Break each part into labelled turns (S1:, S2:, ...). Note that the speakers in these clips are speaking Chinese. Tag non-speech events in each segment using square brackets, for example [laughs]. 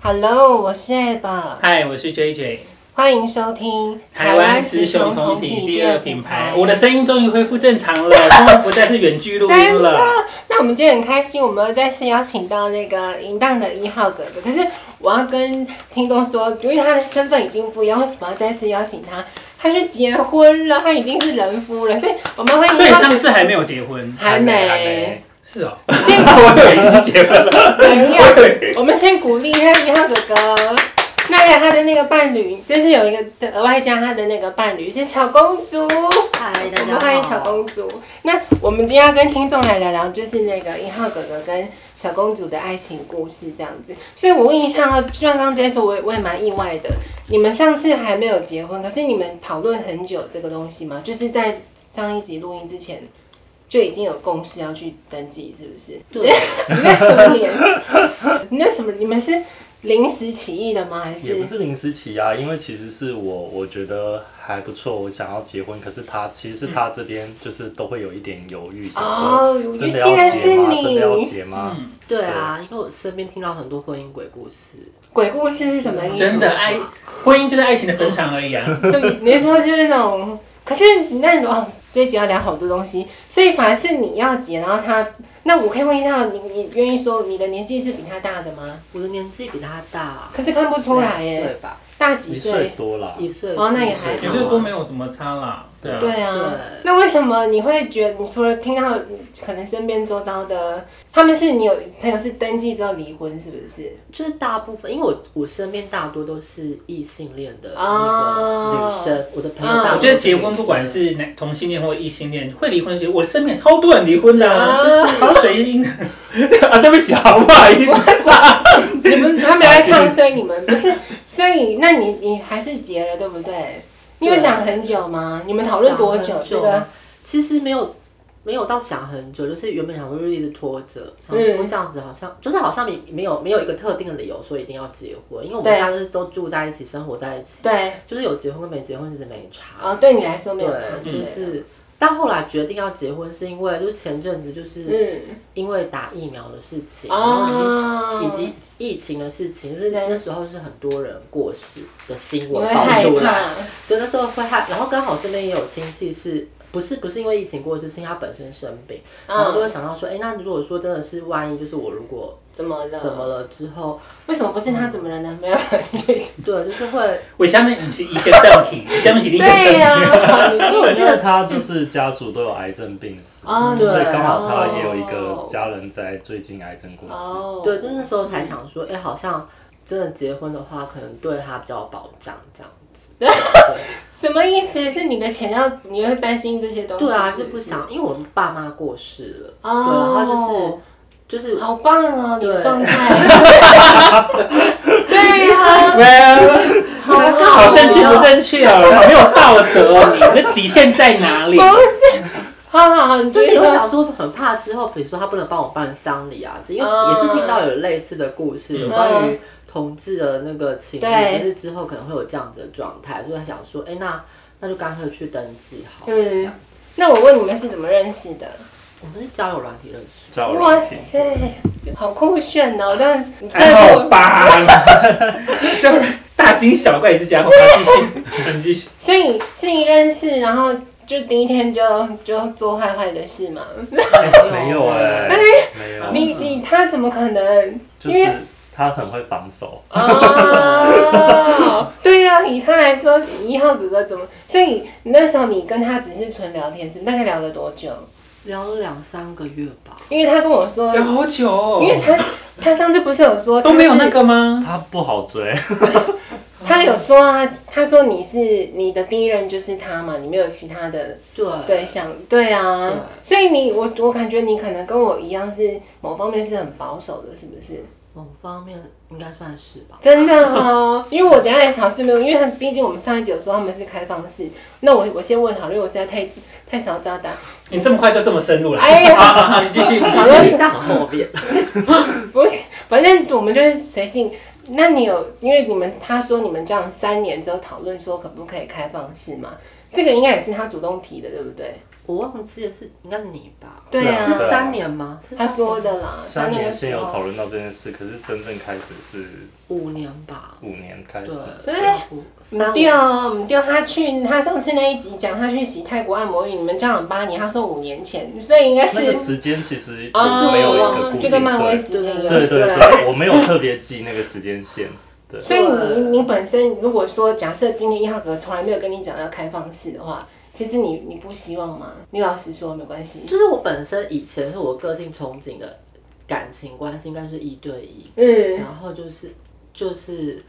S1: Hello，我是 Ab，
S2: 嗨，我是 JJ，
S1: 欢迎收听
S2: 台湾雌雄同体第二品牌。我的声音终于恢复正常了， [laughs] 终于不再是远距录音
S1: 真的
S2: 了。，
S1: 那我们今天很开心，我们再次邀请到那个淫荡的一号哥哥。可是我要跟听众说，因为他的身份已经不一样，为什么要再次邀请他？他是结婚了，他已经是人夫了，所以我们欢迎
S2: 所以
S1: 他
S2: 上。次还没有结婚，
S1: 还没
S2: 还没。是哦，
S1: 所以
S2: [laughs] 我以为已经结婚了。 [laughs]
S1: 没有，我们先鼓励他一号哥哥。那还有他的那个伴侣，这次有一个额外加他的那个伴侣是小公主，
S3: 嗨，
S1: 我们欢迎小。公主。那我们今天要跟听众来聊聊，就是那个一号哥哥跟小公主的爱情故事这样子。所以我问一下，就像刚刚这些说，我也我也蛮意外的，你们上次还没有结婚，可是你们讨论很久这个东西吗？就是在上一集录音之前。就已经有共识要去登记，是不是？
S3: 对，
S1: 你那什么脸？你 [laughs] 那什么？你们是临时起意的吗？还
S4: 也不
S1: 是
S4: 是临时起啊，因为其实是我，我觉得还不错，我想要结婚，可是他其实是他这边就是都会有一点犹豫，想说、
S1: 哦？我觉
S4: 真的
S1: 得
S4: 要
S1: 竟然
S4: 结
S1: 是
S4: 吗？真的要
S1: 你。
S4: 结吗？
S2: 嗯，
S3: 对啊，因为我身边听到很多婚姻鬼故事，
S1: 鬼故事是什么意思？
S2: 真的爱，婚姻就是爱情的坟场而已啊。
S1: 是你说就是那种，可是那种、哦、这一集要聊好多东西，所以反而是你要结，然后他，那我可以问一下，你你愿意说你的年纪是比他大的吗？
S3: 我的年纪比他大，
S1: 可是看不出来
S3: 两岁
S1: 耶，
S3: 吧？
S1: 大
S4: 一
S1: 几
S4: 岁
S1: 岁？
S4: 多啦， [laughs]
S3: 一岁
S1: 哦那也还
S2: 也
S1: 好
S2: 就是都没有什么差啦。对啊，
S1: 对啊
S3: 对，
S1: 那为什么你会觉得，你除了听到可能身边周遭的，他们是你有朋友是登记之后离婚，是不
S3: [laughs]
S1: 是？
S3: 就是大部分，因为我我身边大多都是异性恋的
S1: 哦
S3: 那个女生，我的朋友
S1: 嗯
S3: 大
S2: 我
S3: 多都
S2: 觉
S3: 是
S2: 得
S3: 女
S2: 结
S3: 生
S2: 婚不管是男同性恋或异性恋，会离婚其实我身边超多人离婚的、啊，
S1: 啊
S2: 超随 [laughs] 心的啊。对不起啊，不好意思。
S1: 你们他们来唱衰你们，不
S3: [laughs]
S1: 是？所以那你你还是结了，对不对？你有
S3: 对
S1: 想很久吗？你们讨论多久
S3: 想很
S1: 这个？
S3: 其实没有没有到想很久，就是原本想说就一直拖着，想
S1: 嗯
S3: 说这样子好像、就是好像没没有没有一个特定的理由说一定要结婚，因为我
S1: 对
S3: 们家就是都住在一起，生活在一起，
S1: 对，
S3: 就是有结婚跟没结婚其实没差，
S1: 哦，对你来说没有差
S3: 对，
S1: 别，
S3: 就是。但后来决定要结婚，是因为就是前阵子就是
S1: 嗯，
S3: 因为打疫苗的事情，然
S1: 哦嗯
S3: 后以及以及疫情的事情，就是
S1: 对
S3: 那时候是很多人过世的新
S1: 你
S3: 闻
S1: 会
S3: 爆
S1: 嗯害
S3: 出来，
S1: 怕，
S3: 对，那时候会害，然后刚好身边也有亲戚是。不是不是因为疫情过世，是因为他本身生病，然后
S1: 嗯，
S3: 就会想到说，哎、那如果说真的是万一，就是我如果
S1: 怎么了？
S3: 怎么？了嗯之后，
S1: 为什么不是他怎么了呢？没有人愿意。
S3: 对，就是会
S2: 我下面不是一些邓体，我下面是一些邓
S1: 对
S2: 体。
S1: 呀，
S3: 啊
S1: 好你
S4: 因
S1: 说
S4: 为
S1: 我
S4: 因
S1: 这
S4: 为
S1: 个
S4: 他就是家族都有癌症病史，
S1: 哦
S4: 所以
S3: 对
S4: 刚好他也有一
S1: 哦
S4: 个家人在最近癌症过世。
S1: 哦，
S3: 对，就是那时候才想说，哎、好像真的结婚的话，可能对他比较有保障这样子。对
S1: 什么意思？是你的钱要，你会担心这些东西？
S3: 对啊，
S1: 是
S3: 就不想，因为我们爸妈过世了，
S1: 哦
S3: 对，然后就是就是
S1: 好棒哦，你的
S3: 对
S1: 状
S3: [laughs]
S1: 态。对呀，
S2: Well，
S3: 啊
S1: 好棒哦
S2: 好正确不正确哦？好 [laughs] 没有道德哦， [laughs] 你的底线在哪里
S1: 不？是，好好好，你
S3: 就
S1: 就是是
S3: 你会
S1: 说
S3: 想说很怕之后，比如说他不能帮我办丧礼啊，因为
S1: 嗯
S3: 也是听到有类似的故事，有关于同志的那个情
S1: 对
S3: 侣，就是之后可能会有这样子的状态，就在想说，哎、那那就干脆去登记好了。这
S1: 嗯
S3: 样，
S1: 那我问你们是怎么认识的？
S3: 我们是交友软体认识，
S4: 交友
S1: 哇
S4: 软体
S1: 塞，好酷炫哦！但
S2: 还
S1: 最
S2: 哎好
S1: 后，
S2: 吧， [laughs] 就是大惊小怪之家伙。好继续，你 [laughs] 继续。
S1: 所以是你认识，然后就第一天就就做坏坏的事嘛？
S4: 没有哎、没有，
S1: 你你他怎么可
S2: [laughs]
S1: 能？
S4: 就是他很会防守，
S1: 哦，对呀、以他来说，一号哥哥怎么？所以那时候你跟他只是纯聊天，是大概聊了多久？
S3: 聊了两三个月吧。
S1: 因为他跟我说，
S2: 聊好久
S1: 因为
S2: 哦，
S1: 他他上次不是有说
S2: 都没有那
S1: 他是
S2: 个吗？
S4: 他不好追。
S1: 他有说啊，他说你是你的第一任就是他嘛，你没有其他的
S3: 对
S1: 对象，对啊，所以你我我感觉你可能跟我一样是某方面是很保守的，是不是？
S3: 某方面应该算是吧。
S1: 真的哦， [laughs] 因为我等一下也尝试没有，因为他们毕竟我们上一集有说他们是开放式，那我我先问好了，因为我实在太太少渣打，
S2: 你这么快就这么深入了？
S1: 哎呀
S2: 好好好，你继续。
S1: 好了
S3: 但很后面，
S1: 不是，反正我们就是随性。那你有因为你们他说你们这样三年之后讨论说可不可以开放式嘛？这个应该也是他主动提的，对不对？
S3: 我忘记了是应该是你吧？
S1: 对啊
S4: 对
S3: 是三年吗？是
S1: 他
S3: 三
S1: 说
S3: 年
S1: 的啦，
S4: 三
S1: 年
S4: 年
S1: 的
S4: 前
S1: 时
S4: 有讨
S1: 候，
S4: 论到这件事，可是真正开始是
S3: 五年吧？
S4: 五年开始。
S3: 对，
S1: 对
S3: 五
S1: 唔
S3: 三
S1: 对
S3: 五
S1: 哦，唔对，他去他上次那一集讲他去洗泰国按摩浴，你们交往八年，他说五年前，所以应该
S4: 那个
S1: 是
S4: 时间其实就是没有一个
S1: 哦
S4: 固，
S1: 就
S4: 定
S1: 跟漫威
S4: 对
S1: 时间一样，
S4: 对对对，我没有特别记那个时间
S1: [laughs]
S4: 线。对，
S1: 所以你你本身如果说假设今天一号格从来没有跟你讲要开放式的话，其实你你不希望吗？你老实说没关系，
S3: 就是我本身以前是我个性憧憬的感情关系，应该是一对一，
S1: 嗯，
S3: 然后就是就是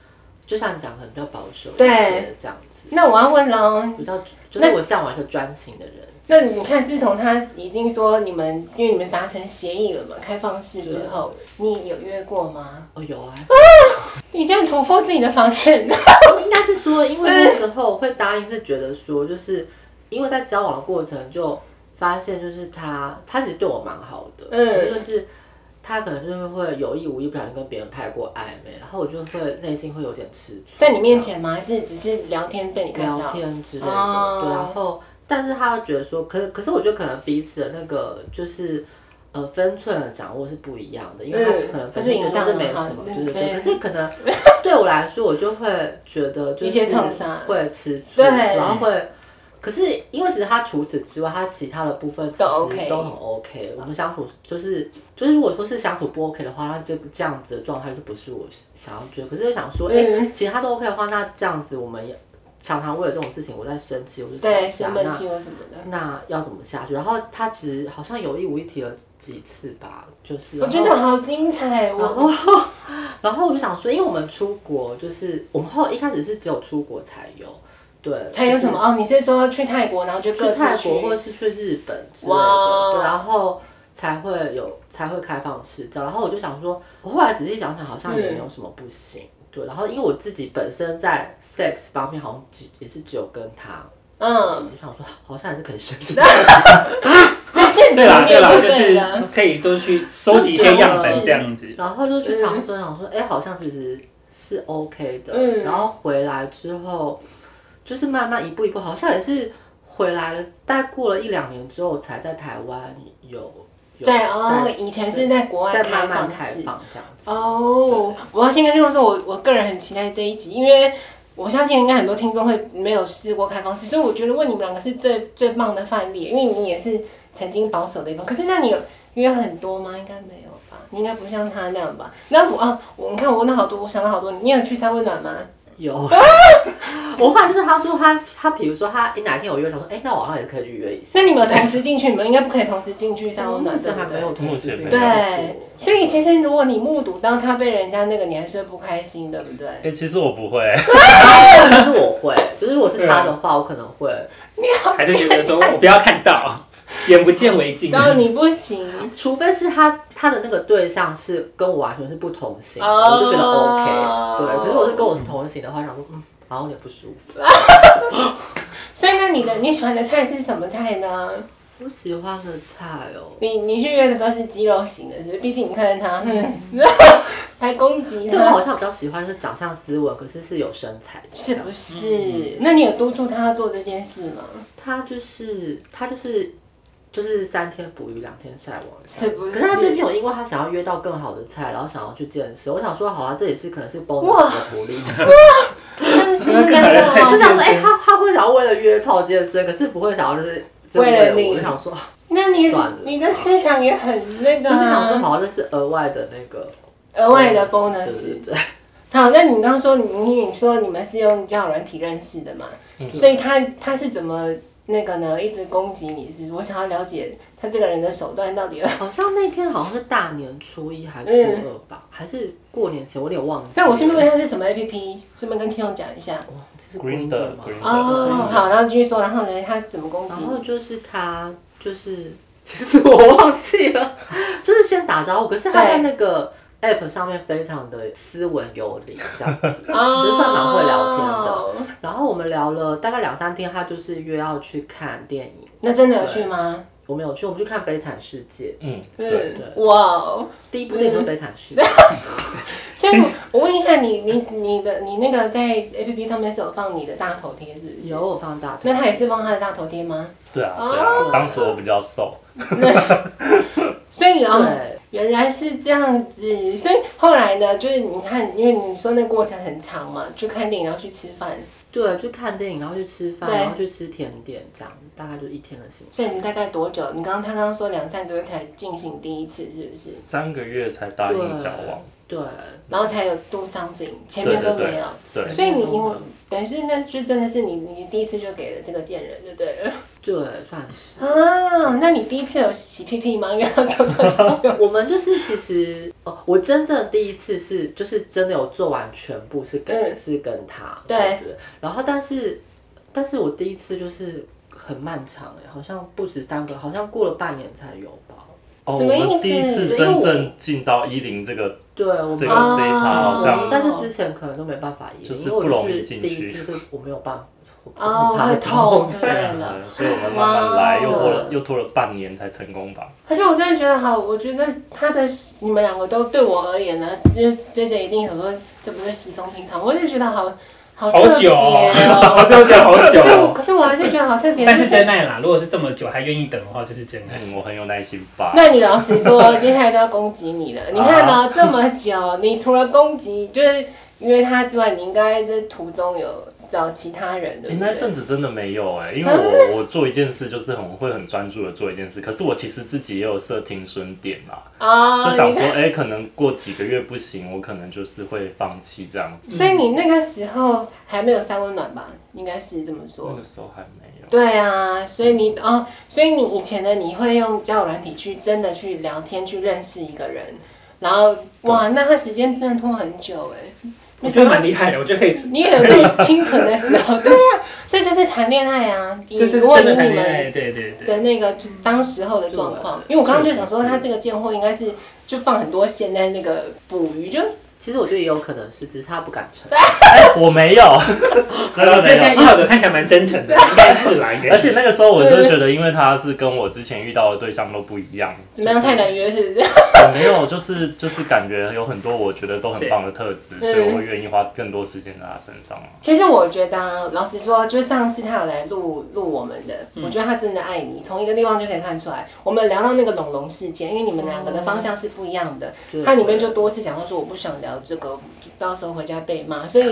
S3: 就像你讲，可能比较保守一
S1: 对
S3: 些这样子，
S1: 那我要问喽，
S3: 比较就是
S1: 那
S3: 我向往一个专情的人。
S1: 那你看自从他已经说你们因为你们达成协议了嘛，开放式之后，你有约过吗？
S3: 哦，有啊，
S1: 你这样突破自己的防线， [laughs]
S3: 应该是说，因为那时候会答应，是觉得说，就是因为在交往的过程就发现，就是他他其实对我蛮好的，
S1: 嗯
S3: 可是就是他可能就是会有意无意不小心跟别人太过暧昧，然后我就会内心会有点吃醋，
S1: 在你面前吗？还是只是聊天被你
S3: 这
S1: 看
S3: 样
S1: 到
S3: 聊？天之类的，
S1: 哦
S3: 对，然后但是他又觉得说，可是可是我觉得可能彼此的那个就是。呃，分寸的掌握是不一样的，因为他
S1: 嗯
S3: 可能
S1: 不
S3: 本
S1: 是
S3: 身
S1: 淫
S3: 觉
S1: 荡
S3: 得这没
S1: 的哈
S3: 什么，对
S1: 对
S3: 对对。可是可能对我来说，我就会觉得就是
S1: 一些创伤
S3: 会吃醋，
S1: 对
S3: 然后会。可是因为其实他除此之外，他其他的部分其实
S1: 都 OK
S3: 都很 OK。我们相处就是就是，如果说是相处不 OK 的话，那这个这样子的状态就不是我想要觉得。可是又想说，哎、
S1: 嗯
S3: 其他都 OK 的话，那这样子我们也常常为了这种事情我在生气，我就
S1: 对，
S3: 吵架
S1: 生闷气或什么的。
S3: 那那要怎么下去？然后他其实好像有意无意提了几次吧，就是
S1: 我觉得好精彩，
S3: 然
S1: 我
S3: 后，然后我就想说，因为我们出国，就是我们后一开始是只有出国才有，对，
S1: 才有什么哦？你是说去泰国，然后就
S3: 就是
S1: 各
S3: 嗯去泰
S1: 自
S3: 国或者
S1: 去？
S3: 是去日本之类
S1: 哇
S3: 的，对然后才会有才会开放式照。然后我就想说，我后来仔细想想，好像也没有什么不行，对。然后因为我自己本身在 sex 方面好像只也是只有跟他，
S1: 嗯，
S3: 我就想说好像还是可以试试。
S1: 在现实
S2: 对啦
S1: 面
S2: 对啦，就
S1: 对
S2: 是
S1: 了。
S2: 可以多去收集一些样本这样子。
S3: 然后就去尝试，想说，哎、好像其实是 OK 的。
S1: 嗯
S3: 然后回来之后，就是慢慢一步一步，好像也是回来了，大概过了一两年之后，我才在台湾有有
S1: 在哦，以前是在国外
S3: 在
S1: 开
S3: 慢慢
S1: 放
S3: 开
S1: 式
S3: 放这样子。
S1: 哦。我要先跟听众说，我我个人很期待这一集，因为我相信应该很多听众会没有试过开放式，所以我觉得问你们两个是最最棒的范例，因为你也是曾经保守的一方。可是那你有约很多吗？应该没有吧？你应该不像他那样吧？那我啊，我你看我问了好多，我想了好多。你有去三温暖吗？ [laughs]
S3: 有，我后来就是他说他他，比如说他哪天有约，想说，哎、那我好像也可以预约一下。
S1: 那你们有同时进去？你们应该不可以同时进去三温暖，
S3: 目
S1: 对
S3: 前嗯还
S1: 不
S3: 没
S1: 对？
S3: 有同时进
S4: 目
S3: 行
S4: 前没有
S1: 对，所以其实如果你目睹到他被人家那个，你还是会不开心的，对不对？
S3: 嗯
S4: 哎，其实我不会，
S3: 就是我会， [clears throat] 就是如果是
S4: 啊
S3: 他的话，我可能会。
S2: 还是觉得说我不要看到， [laughs] 眼不见为净。
S1: 然后你不行，
S3: 除非是他他的那个对象是跟我完全是不同型的我就觉得
S1: 哦
S3: OK。对，可是我是跟我是同型的话，想说嗯，好像有点不舒服。
S1: 所以那你的你喜欢的菜是什么菜呢？
S3: 我喜欢的菜哦，
S1: 你你去约的都是肌肉型的，是不是？毕竟你看着他，嗯， [laughs] 还攻击
S3: 对我
S1: 他，
S3: 好像比较喜欢是长相斯文，可是是有身材的。
S1: 是不
S3: 嗯
S1: 是？那你有督促他要做这件事吗？
S3: 他就是他就是就是三天捕鱼两天晒网。
S1: 是不
S3: 可
S1: 是？
S3: 是他 [laughs] 最近有因为他想要约到更好的菜，然后想要去健身。我想说，好啊，这也是可能是 bonus 的福利。 [laughs]
S1: 那
S2: 更好的菜
S3: 就
S1: 那
S3: 想说，哎、他他会想要为了约炮健身，可是不会想要就是就是
S1: 为了
S3: 我
S1: 你
S3: 我就想说。
S1: 那你
S3: 算了
S1: 你的思想也很那个
S3: 就是想说，
S1: 啊，
S3: 好像就是额外的那个
S1: 额外的
S3: 对
S1: bonus
S3: 对。对，
S1: 好，那你刚刚说你你说你们是用交友软体认识的嘛？
S3: 嗯
S1: 所以他他是怎么那个呢？一直攻击你是不是？我想要了解他这个人的手段到底有。
S3: 好像那天好像是大年初一还是初二吧，还是过年前，我有点忘记了。
S1: 那我顺便问一下是什么 A P P，顺便跟听众讲一下。
S3: 哇，这是
S4: Green 的
S3: Grindr 吗？
S4: Green
S1: 哦，好，然后继续说，然后呢，他怎么攻击
S3: 然后
S1: 你？
S3: 就是他就是，其实我忘记了， [laughs] 就是先打招呼，可是他
S1: 对
S3: 在那个 app 上面非常的斯文有礼这样子。
S1: 哦
S3: 就是算蛮会聊天的。然后我们聊了大概两三天，他就是约要去看电影。
S1: 那真的有去吗？
S3: 我没有去，我们去看《悲惨世界
S4: 嗯，对，
S1: 嗯，哇哦！》，
S3: 第一部电影就是《悲惨世界》
S1: 所以我我问一下你，你你的你那个在 A P P 上面是有放你的大头贴是不是？
S3: 有我放大腿，
S1: 那他也是放他的大头贴吗？
S4: 对啊，对
S1: 哦
S4: 啊，当时我比较瘦，
S1: 所以哦，
S3: 对，
S1: 原来是这样子。所以后来呢，就是你看，因为你说那过程很长嘛，去看电影，然后去吃饭，
S3: 对，去看电影，然后去吃饭，
S1: 对
S3: 然后去吃甜点，这样大概就一天的行
S1: 所以你大概多久？你刚刚他刚刚说两三个月才进行第一次，是不是？
S4: 三个月才答
S3: 程。
S4: 应
S3: 对
S4: 交往，，
S3: 对，
S1: 然后才有 do something，前
S4: 对
S1: 面
S4: 对
S1: 都没
S4: 对
S1: 有。
S4: 对。
S1: 所以你因为等于是那就真的是你你第一次就给了这个贱人，就对了
S3: 对，算是。
S1: 啊。 [laughs] 那你第一次有洗屁屁吗？因为他说他说 [laughs]
S3: 我们就是其实，哦，我真正第一次是就是真的有做完全部是跟、
S1: 嗯
S3: 是跟他，
S1: 对
S3: 对。然后但是但是我第一次就是很漫长哎、好像不止三个，好像过了半年才有吧。
S4: 哦，
S1: 什
S4: 我
S1: 么意思
S4: 们第一次真正进到一零这个
S3: 对，我
S4: 这
S3: 们
S4: 个这一趴，
S1: 哦
S4: 好
S3: 我们
S4: 像
S3: 在这之前可能都没办法赢，
S4: 就是
S3: 因为我
S4: 不容易
S3: 就是
S4: 进
S3: 第一
S4: 去
S3: 次就我没有办法，我
S1: 哦
S3: 我怕
S1: 会痛，就对了。哦
S4: 嗯所以我们慢慢来，又拖
S3: 哇
S4: 了又拖了半年才成功吧。
S1: 可是我真的觉得好，我觉得他的你们两个都对我而言呢，就是这些一定想说这不是稀松平常，我就觉得好好
S2: 好
S1: 特别
S2: 久哦
S1: 哦。
S2: 这样讲好
S1: 可是我，可是我还是觉得好特别。
S2: [laughs] 但是
S1: 就
S2: 真爱啦，如果是这么久还愿意等的话，就是真爱。
S4: 嗯，我很有耐心吧。
S1: [laughs] 那你老实说，接下来都要攻击你了。你看呢、
S2: 啊
S1: 这么久，你除了攻击就是约他之外，你应该在途中有找其他人，对
S4: 诶
S1: 不
S4: 那
S1: 对？嗯
S4: 一阵子真的没有哎、因为我我做一件事就是很会很专注的做一件事，可是我其实自己也有设停损点啦，
S1: 哦
S4: 就
S1: 你
S4: 想
S2: 嗯
S4: 说哎、诶可能过几个月不行，我可能就是会放弃这样子。
S1: 所以你那个时候还没有三温暖吧？应该是这么说。
S4: 那个时候还没有，
S1: 对啊，所以你哦，所以你以前的你会用交友软体去真的去聊天，去认识一个人，然后哇，那他时间真的拖很久哎。
S2: 我觉得蛮厉害的，我觉得可以，
S1: 你也有最清纯的时候，对啊，这就是谈恋爱啊。以
S2: [laughs] 这就是
S1: 如果以
S2: 真的谈
S1: 你
S2: 恋
S1: 们
S2: 爱。对对对，
S1: 的那个就当时候的状况，因为我刚刚就想说，他这个贱货应该是就放很多线在那个捕鱼，就
S3: 其实我觉得也有可能是，只是他不敢承认。
S4: 我没有， [laughs] 真的
S2: 我觉
S4: 没
S2: 得现在。
S4: 有
S2: 一号哥看起来蛮真诚的，应该是啦，应该是
S4: 而且那个时候我就觉得，因为他是跟我之前遇到的对象都不一样，
S1: 怎么样太难约是不是？ [laughs]
S4: 我没有，就是就是感觉有很多我觉得都很棒的特质，所
S1: 对
S4: 以我会愿意花更多时间在他身上嘛。
S1: 其实我觉得啊，老实说，就上次他有来录录我们的，我觉得他真的爱你，从一个地方就可以看出来。我们聊到那个龙龙事件，因为你们两个的方向是不一样的，
S3: 对
S1: 他里面就多次讲到说我不想聊这个，到时候回家被骂，所以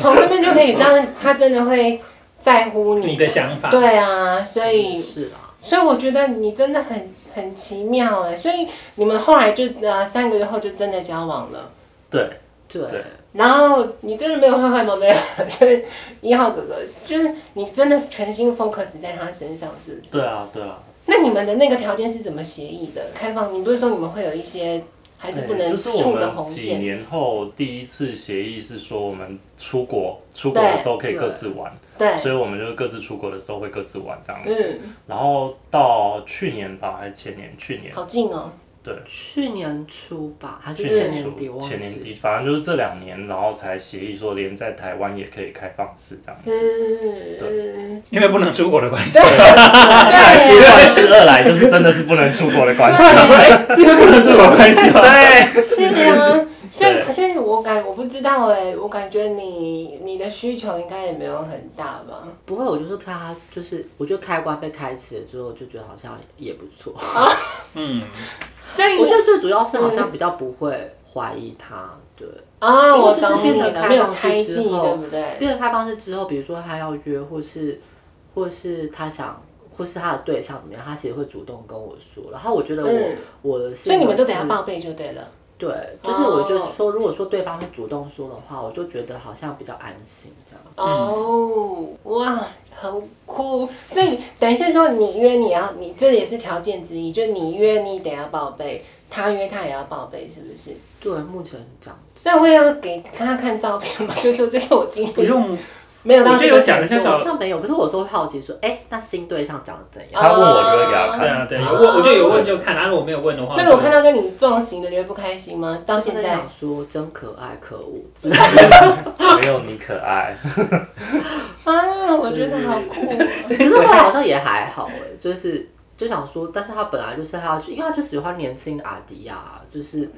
S1: 从这边就可以知道他真的会在乎你。
S2: 你的想法。
S1: 对啊，所以
S3: 是啊，
S1: 所以我觉得你真的很很奇妙哎，所以你们后来就呃三个月后就真的交往了。
S4: 对，
S3: 对
S4: 对
S1: 然后你真的没有坏坏毛病， [laughs] 就是一号哥哥，就是你真的全心 focus 在他身上，是不是？
S4: 对啊，对啊，
S1: 那你们的那个条件是怎么协议的？开放？你不是说你们会有一些还是不
S4: 对
S1: 能
S4: 哎就是我
S1: 触的
S4: 们
S1: 红
S4: 几
S1: 线？
S4: 年后第一次协议是说，我们出国出国的时候可以各自玩，
S1: 对，
S4: 所以我们就各自出国的时候会各自玩这样子。
S1: 嗯，
S4: 然后到去年吧，还是前年？去年
S1: 好近哦。
S4: 对。
S3: 去年初吧，还是
S4: 去
S3: 前
S4: 年
S3: 年底？
S4: 初
S3: 忘记
S4: 前年底，反正就是这两年，然后才协议说连在台湾也可以开放式这样子。
S1: 嗯，
S2: 因为不能出国的关 [laughs] 系，
S4: 其 [laughs] 实
S1: 对，
S4: 二十二来就是真的是不能出国的关系，
S1: 嗯
S2: 哎是因为不能出国的关系吗？ [laughs] 对，
S1: 是啊。所以，
S4: 对
S1: 可是我感我不知道哎，我感觉你你的需求应该也没有很大吧？
S3: 不会，我就是看他，就是我觉得开关被开启了之后，就觉得好像也不
S1: [laughs]
S3: 错。
S2: 嗯，
S1: 所以
S3: 我觉得最主要是好像比较不会怀疑他，对。
S1: 啊，我
S3: 因为就是
S1: 懂
S3: 变
S1: 你
S3: 得
S1: 了，
S3: 开
S1: 没有
S3: 放式
S1: 猜
S3: 之
S1: 忌，
S3: 后
S1: 对不对？
S3: 变成开放式之后，比如说他要约，或是或是他想，或是他的对象怎么样，他其实会主动跟我说。然后我觉得我、
S1: 嗯
S3: 我的
S1: 所
S3: 性
S1: 以你们都
S3: 格
S1: 给他
S3: 是
S1: 报备就对了。
S3: 对，就是我就
S1: 哦
S3: 说，如果说对方是主动说的话，我就觉得好像比较安心这样。
S1: 哦，哇，好酷！所以等于是说，你约你要，你这也是条件之一，就你约你得要报备，他约他也要报备，是不是？
S3: 对，目前是这样。
S1: 那我也要给他看照片嘛， [laughs] 就说这是我经
S2: 不
S1: 历，
S2: 用，
S1: 没有到
S2: 我觉
S1: 这
S2: 得有
S1: 个
S2: 讲
S1: 程
S2: 一下
S1: 度。
S2: 找
S3: 好像没有，可是我说好奇说，哎、那新对象长得怎
S1: 哦
S3: 样？
S4: 他问我就会给他
S2: 对啊
S4: 看。
S2: 对，有问，我觉得有问就看，啊如果没有问的话，
S3: 哦
S1: 那如果看到跟你撞型的，你会不开心吗？到
S3: 现
S1: 现
S3: 在
S1: 在
S3: 想，说真可爱，可恶之类的。
S1: [laughs]
S4: 没有你可爱， [laughs]
S1: 啊，我觉得好酷哦。
S3: 可是后来好像也还好哎、就是就想说，但是他本来就是他要去，因为他就喜欢年轻的阿迪亚，就是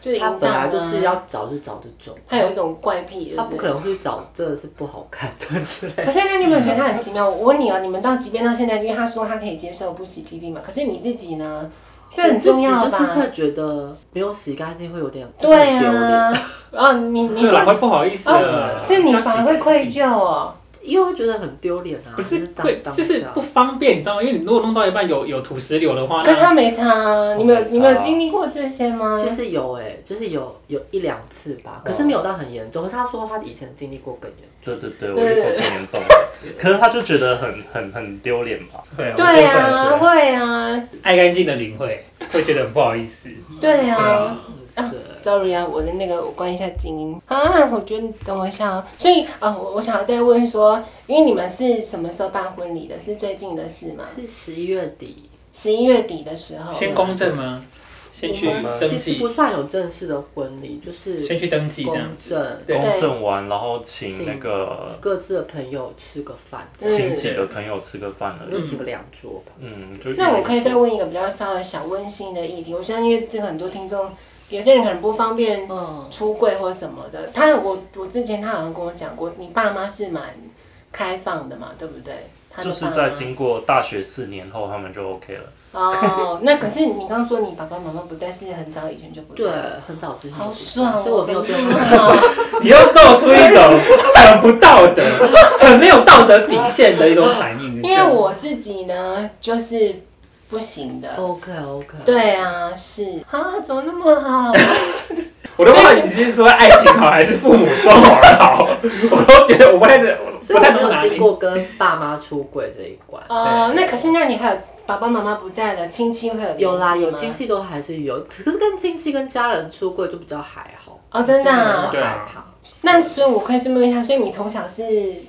S1: 就是
S3: 他
S1: 淫
S3: 本
S1: 荡
S3: 来
S1: 啊
S3: 就是要找就找这种，
S1: 他有一种怪癖，
S3: 他
S1: 对不
S3: 不可
S1: 对？
S3: 能会去找真的是不好看的之类的。
S1: 可是那你有没有觉得他很奇妙？我问你哦，你们到即便到现在，因为他说他可以接受不洗屁屁嘛，可是你自己呢？ [laughs] 这很重要
S3: 我自己就是
S1: 吧？
S3: 会觉得没有洗干净会有点
S1: 对
S3: 会丢脸，
S1: 啊，哦，你你
S2: 对了，
S1: 说
S2: 会不好意思了，
S1: 是你反而会愧疚哦。
S3: 因为会觉得很丢脸啊。
S2: 不
S3: 就是当
S2: 会
S3: 当
S2: 就是
S3: 下
S2: 不方便，你知道吗？因为你如果弄到一半有有土石流的话，
S1: 但
S2: 那
S1: 他没差啊，你们有你们有经历过这些吗？
S3: 其实有哎、就是有有一两次吧，
S1: 哦
S3: 可是没有到很严重。可是他说他以前经历过更严重。
S4: 对对对，我遇过更严重的，可是他就觉得很很很丢脸吧？
S2: 会啊
S1: 对
S2: 我觉
S1: 啊，
S2: 得会
S1: 会啊，
S2: 爱干净的灵会会觉得很不好意思。
S1: 对
S2: 对
S1: 啊
S2: 啊。
S1: 啊
S3: 对，
S1: Sorry 啊，我的那个我关一下静音啊，我觉得等我一下哦。所以啊，我我想要再问说，因为你们是什么时候办婚礼的？是最近的事吗？
S3: 是十一月底，
S1: 十一月底的时候。
S2: 先公证吗？先去
S3: 我们
S2: 登
S3: 其实
S2: 记
S3: 不，算有正式的婚礼，就是
S2: 先去登记这样
S3: 公
S2: 子。
S3: 证，
S2: 对
S4: 公证完，然后请那个
S3: 各自的朋友吃个饭，
S1: 嗯
S4: 亲戚的朋友吃个饭而
S3: 就
S4: 已。
S3: 吃个两桌吧。
S4: 嗯，就
S1: 那我可以再问一个比较稍微小温馨的议题，我相信因为这个很多听众，有些人可能不方便
S3: 嗯，
S1: 出柜或什么的。他我我之前他好像跟我讲过，你爸妈是蛮开放的嘛，对不对？他的
S4: 就是
S1: 爸妈
S4: 在经过大学四年后，他们就 OK
S1: [laughs]
S4: 了。
S1: 哦，那可是你刚说你爸爸妈妈不在，是很早以前就不在
S3: 对，，很早之前就
S1: 好
S3: 不
S1: 爽哦，
S3: 所以我没有
S1: 真
S3: 变
S1: 的
S3: 过。
S1: 哦
S2: 你又露出一种很不道德、很没有道德底线的一种反应。
S1: [laughs] 因为我自己呢就是不行的。
S3: OK OK，，
S1: [laughs]
S3: [laughs]
S1: 对啊，是啊，怎么那么好？
S2: 我都忘了你是说爱情好还是父母双亡好，我都觉得我不太不
S3: 所以我
S2: 太
S3: 没
S2: 懂哪
S3: 有
S2: 里
S3: 经。过跟爸妈出轨这一关。
S1: 哦，
S2: 对
S1: 那可是那你还有爸爸妈妈不在了，亲戚会有联系
S3: 有啦，有
S1: 吗
S3: 亲戚都还是有，可是跟亲戚跟家人出柜就比较还好，
S1: 哦，真的、
S3: 我
S1: 啊。
S2: 对
S3: 害
S2: 啊
S3: 怕。
S1: 那所以我可以顺便问一下，所以你从小是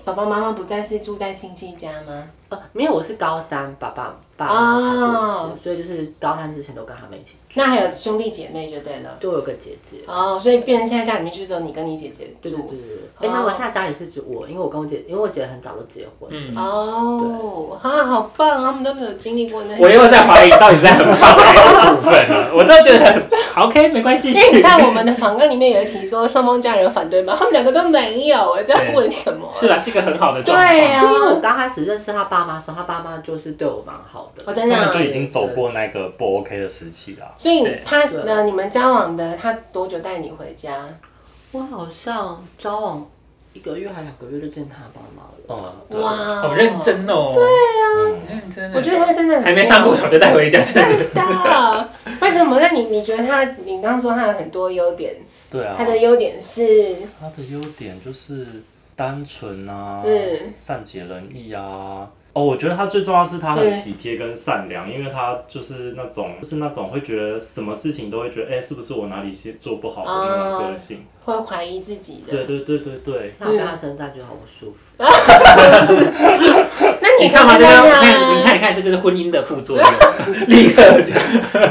S1: 爸爸妈妈不在，是住在亲戚家吗？
S3: 呃，没有，我是高三，爸爸爸妈才
S1: 哦
S3: 过世，所以就是高三之前都跟他们一起住。
S1: 那还有兄弟姐妹就对了。
S3: 就我有个姐姐，
S1: 哦，所以变成现在家里面就只有你跟你姐姐
S3: 对对对
S1: 住。
S3: 对对。哎，那我现在家里是指我，因为我跟我姐，因为我姐很早就结婚，
S2: 嗯，
S1: 哦，啊，好棒，他们都没有经历过那些。
S2: 我又在怀疑到底是在很棒还是部分了。我真的觉得很 OK，没关系，
S1: 因
S2: 继
S1: 为
S2: 续
S1: [laughs] 你看我们的访纲里面有一题说双方家人有反对吗？他们两个都没有，我在问什么啊？
S2: 是啦，是一个很好的
S1: 对
S2: 状况。
S1: 呀、
S3: 对，因为我
S1: 啊，
S3: 刚开始认识他爸妈的时候，他爸妈就是对我蛮好的。
S1: 我
S4: 他
S1: 真的
S4: 们
S1: 啊、
S4: 就已经走过那个不 OK 的时期啦。
S1: 所以
S2: 对
S1: 他
S3: 对
S1: 呢，你们交往的他多久带你回家？
S3: 我好像交往一个月还两个月就见他爸妈了。
S4: 嗯，对
S1: 哇，
S2: 好认。真哦，
S4: 嗯
S2: 很认真欸。
S1: 我觉得他真的很
S2: 还没上过手就带回家，真的。
S1: 真的？为什么？那你你觉得他，你刚刚说他有很多优点，
S4: 对啊
S1: 他。的优点是，
S4: 他的优点就是单纯啊，
S1: 嗯
S4: 善解人意啊。哦，我觉得他最重要是他
S1: 对
S4: 很体贴跟善良，因为他就是那种，就是那种会觉得什么事情都会觉得，哎、是不是我哪里先做不好的那
S1: 哦
S4: 种个性？
S1: 会怀疑自己
S4: 对
S1: 的。
S4: 对对对对，
S1: 嗯
S3: 那我跟他生在觉得好不舒服。
S1: 那
S2: 你
S1: 你
S2: 看嘛，
S1: 可以
S2: 这
S1: 称赞
S2: 个你
S1: 他
S2: 看，你看，你看，这就是婚姻的副
S1: [laughs]
S2: 作用，立刻就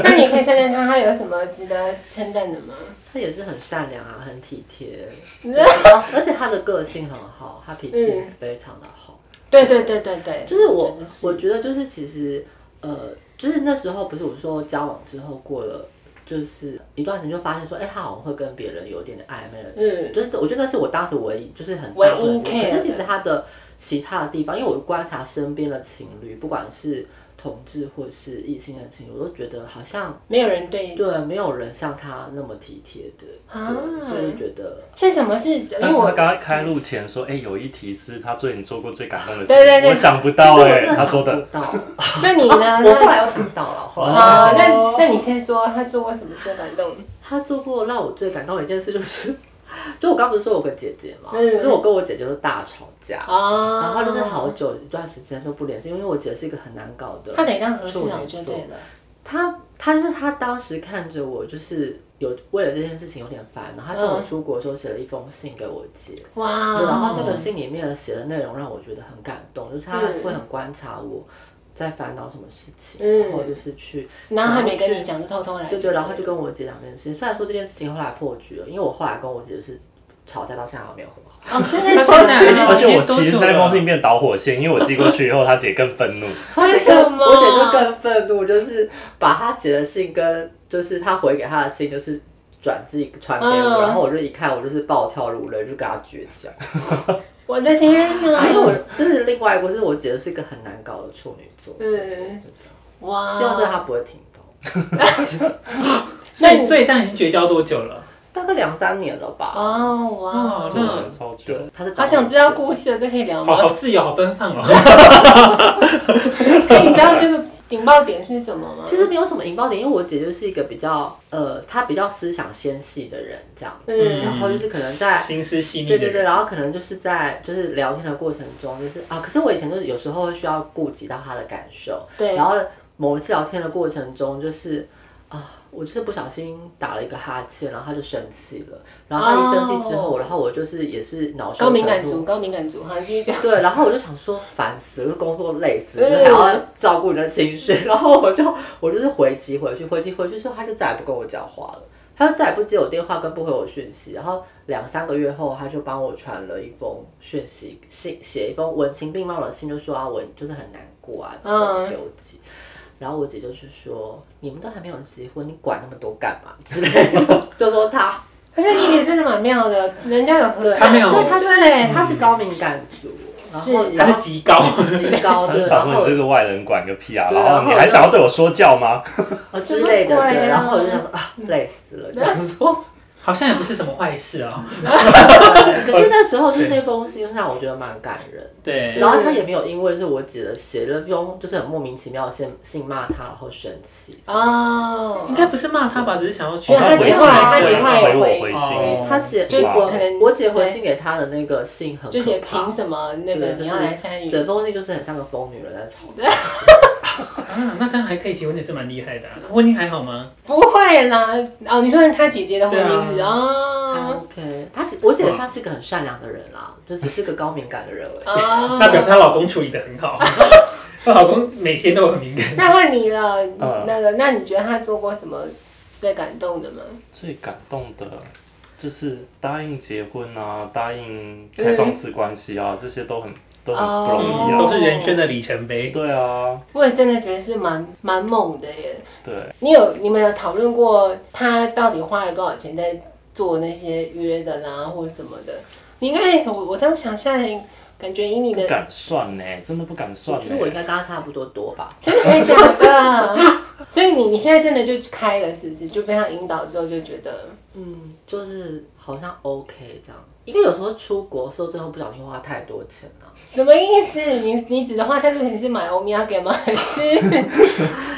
S1: 那你可以称赞他，他有什么值得称赞的吗？
S3: 他也是很善良啊，很体贴，然后 [laughs] 而且他的个性很好，他脾气
S1: 嗯
S3: 非常的好。
S1: [laughs] 对对对对对，
S3: 就是我
S1: 真的，是
S3: 我觉得就是其实，呃，就是那时候不是我说交往之后过了，就是一段时间就发现说，哎、他好像会跟别人有点点暧昧了。
S1: 嗯
S3: 就是我觉得那是我当时唯一就是很
S1: 唯
S3: 大部
S1: 一
S3: 分的地
S1: care
S3: 方可
S1: 的
S3: 是其实他的其他的地方，因为我观察身边的情侣，不管是同志或是异性的情侣，我都觉得好像
S1: 没有人对
S3: 对没有人像他那么体贴的，
S1: 啊
S3: 对所以就觉得
S1: 是什么事？因
S4: 但
S1: 为
S4: 是他
S1: 我
S4: 刚刚开录前说，哎、有一题是他最你做过最感动的事，
S1: 对对对
S4: 我想不
S3: 其实
S4: 到
S3: 我
S4: 哎、
S3: 真的
S4: 他
S3: 想
S4: 说
S3: 不
S4: 的，哦
S3: 到，啊
S1: 那你呢？
S3: [laughs] 我后来又哦想到了，后来。
S1: 啊，那那你先说他做过什么最感动？
S3: 他做过让我最感动的一件事就是，就我刚不是说我有个姐姐嘛，
S1: 嗯
S3: 就是我跟我姐姐都大吵架，
S1: 哦，
S3: 然后就是好，久一段时间都不联系，因为我姐是一个很难搞的
S1: 他。得当和事
S3: 处女
S1: 佬就
S3: 座
S1: 对了。
S3: 她她就是她当时看着我就是有为了这件事情有点烦，然后她趁我
S1: 嗯啊
S3: 出国的时候写了一封信给我姐，对然
S1: 哇，
S3: 后那个信里面写的内容让我觉得很感动，就是她
S1: 嗯
S3: 会很观察我在烦恼什么事情，
S1: 嗯
S3: 然后就是去
S1: 然后还
S3: 想要
S1: 没跟
S3: 去
S1: 你讲，就偷偷来。
S3: 对对，然后就跟我姐讲这件事情。虽然说这件事情后来破局了，因为我后来跟我姐就是吵架到现在还没有和好。
S1: 哦，真
S3: [laughs]
S1: 的
S2: 真的
S1: 假
S4: 而
S1: 的？
S4: 且我其实那封信变导火线，因为我寄过去以后，他姐更愤怒。
S1: [laughs] 为什么？
S3: 我姐就更愤怒，就是把他写的信跟就是他回给他的信，就是转寄传给我，
S1: 嗯
S3: 然后我就一看，我就是暴跳如雷，就跟他绝交。 [laughs]
S1: 我的天哪！
S3: 因为哎我这是另外一个，就是我姐是一个很难搞的处女座，
S1: 嗯，哇，
S3: 希望这她不会听到。
S2: 所以所以这样已经绝交多久了？
S3: 大概两三年了吧。
S1: 哦
S2: 哦
S1: 哇，
S2: 那
S4: 超久
S3: 对。，她是
S1: 好想知道
S3: 故。
S1: 故事，这可以
S3: [laughs]
S1: 聊
S2: 好
S1: 吗？
S2: 好自由，好奔放哦。
S1: 可以知道这个警报点是什么吗？
S3: [laughs] 其实没有什么引爆点，因为我姐就是一个比较呃，她比较思想纤细的人，这样，
S1: 嗯
S3: 然后就是可能在
S2: 心思细腻的
S3: 对对对，
S2: 人，
S3: 然后可能就是在就是聊天的过程中，就是啊，可是我以前就是有时候会需要顾及到他的感受，
S1: 对
S3: 然后某一次聊天的过程中，就是啊，我就是不小心打了一个哈欠，然后他就生气了，然后他一生气之后，
S1: 哦
S3: 然后我就是也是恼羞
S1: 高敏
S3: 成
S1: 感
S3: 怒
S1: 族，高敏感族，好，继续讲。
S3: 对，然后我就想说烦死了，就工作累死了，
S1: 嗯
S3: 还要照顾你的情绪， [laughs] 然后我就我就是回击回去，回击回去之后，他就再也不跟我讲话了，他就再也不接我电话跟不回我讯息，然后两三个月后，他就帮我传了一封讯息信，写一封文情并茂的信，就说啊我就是很难过啊，请
S1: 嗯
S3: 给我寄。然后我姐就是说，你们都还没有结婚，你管那么多干嘛之
S1: [laughs]
S3: 类的，就说他
S1: 可是你姐真的蛮妙的，人家有合
S2: 她
S1: 照
S2: 没有
S3: 对，他
S1: 对
S3: 是他是高敏感族，然后
S1: 是
S2: 他是极高，
S3: 极高
S4: 他
S3: 的，
S4: 就
S3: 然
S4: 想说
S3: 后
S4: 你这个外人管个屁啊！
S3: 对
S4: 然后你还想要对我说教吗？
S3: 啊之类的，
S1: 什么鬼啊
S3: 对，然后我就想说啊，累死 [laughs] 了，这样说。
S2: [laughs] 好像也不是什么坏事哦。
S3: 对可是那时候就是那封信让我觉得蛮感人，
S2: 对，
S3: 然后他也没有因为是我姐的写了封就是很莫名其妙的信信骂他，然后生气。
S1: 哦
S2: 应，该不是骂他吧，只是想要去
S1: 没有他
S4: 回
S1: 结
S4: 信
S1: 婚了他结
S4: 对
S1: 婚了
S4: 他回我
S1: 回
S4: 回信。
S2: 哦
S3: 他姐
S1: 就是
S3: 我
S1: 可能
S3: 我姐回信给他的那个信很可
S1: 就写
S3: 怕
S1: 凭什么那个
S3: 对，
S1: 你要来参
S3: 就
S1: 与
S3: 是？整封信就是很像个疯女人在吵。
S2: 啊，那这样还可以结婚也是蛮厉害的啊。婚姻还好吗？
S1: 不会啦，哦，你说他姐姐的婚姻
S2: 对
S1: 是
S2: 啊
S1: 哦
S3: OK，她是我姐算是个很善良的人啦，就只是个高敏感的人而已。
S1: 哦，
S2: 那表示她老公处理的很
S3: [laughs]
S2: 好，她老公每天都很敏感。
S1: 那换你了，
S4: 嗯
S1: 那个，那你觉得他做过什么最感动的吗？
S4: 最感动的就是答应结婚啊，答应开放式关系啊，这些都很都很不
S3: 哦
S4: 容易
S2: 嗯，
S4: 啊。
S2: 都是人生的里程碑。
S4: 对啊，
S1: 我也真的觉得是蛮蛮猛的耶。
S4: 对，
S1: 你有你们有讨论过他到底花了多少钱在做那些约的啦，或者什么的？你应该我我这样想下来，感觉以你
S4: 不
S1: 的
S4: 敢算呢，真的不敢
S3: 我
S4: 算
S3: 觉得我应
S4: 呢。
S3: 该跟她差不多多吧。
S1: 真的太假的，所以你你现在真的就开了，是不是？就被他引导之后就觉得，
S3: 嗯，就是好像 OK 这样，因为有时候出国的时候真的不小心花太多钱啊了、
S1: 什么意思？你你指的话，他就肯是买欧米亚给吗？还是 [laughs]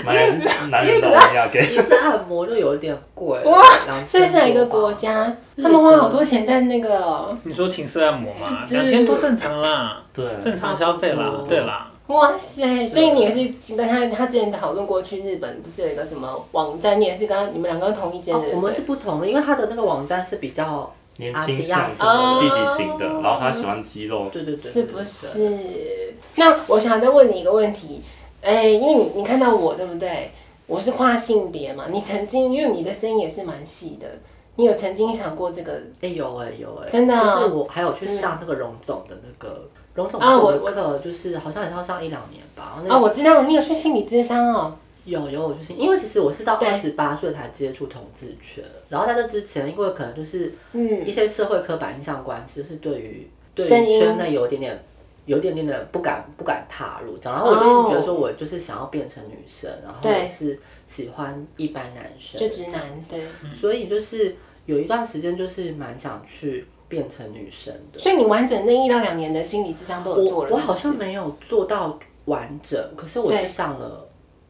S4: 男男人都一样给。
S3: 一次按摩就有点贵了，
S1: 哇
S3: 两
S1: 这
S3: 千
S1: 是哪一个
S3: 多
S1: 国
S3: 吧？
S1: 家？他们花好多钱在那个哦、
S2: 你说情色按摩嘛，
S1: 嗯
S2: 两千多正常啦，
S4: 对，
S2: 正常消费啦，对啦。
S1: 哇塞！所以你也是跟他，他之前讨论过去日本，不是有一个什么网站？你也是跟他，你们两个同一间
S3: 哦
S1: 的、，
S3: 我们是不同的，因为他的那个网站是比较，
S4: 年轻
S3: 啊
S4: 向
S3: 比亚
S4: 上
S1: 哦
S4: 的弟弟型的，然后他喜欢肌肉，
S3: 对对对，
S1: 是不
S3: 对？对对
S1: 是？那我想再问你一个问题，哎、因为你你看到我对不对？我是跨性别嘛，你曾经因为你的声音也是蛮细的，你有曾经想过这个？
S3: 哎、有哎、有哎、
S1: 真的啊
S3: 就是我还有去上那个荣总的那个荣总
S1: 啊
S3: 的
S1: 我我
S3: 课，就是好像也要上一两年吧。那
S1: 啊，我知道你有去心理咨商哦，
S3: 有有，我就是因为其实我是到
S1: 对
S3: 二十八岁才接触同志圈，然后在这之前，因为可能就是
S1: 嗯
S3: 一些社会刻板印象观，其实是对于对
S1: 声音
S3: 于圈内有一点点。有一点点的不敢不敢踏入这样，然后我就一直觉得说，我就是想要变成女生，然后
S1: 哦对
S3: 我是喜欢一般男生，
S1: 就直男对。
S3: 所以就是有一段时间就是蛮想去变成女生的。
S1: 所以你完整那一到两年的心理智商都有做
S3: 我
S1: 了
S3: 我好像
S1: 是不
S3: 没有做到完整，可是我
S1: 对
S3: 去上了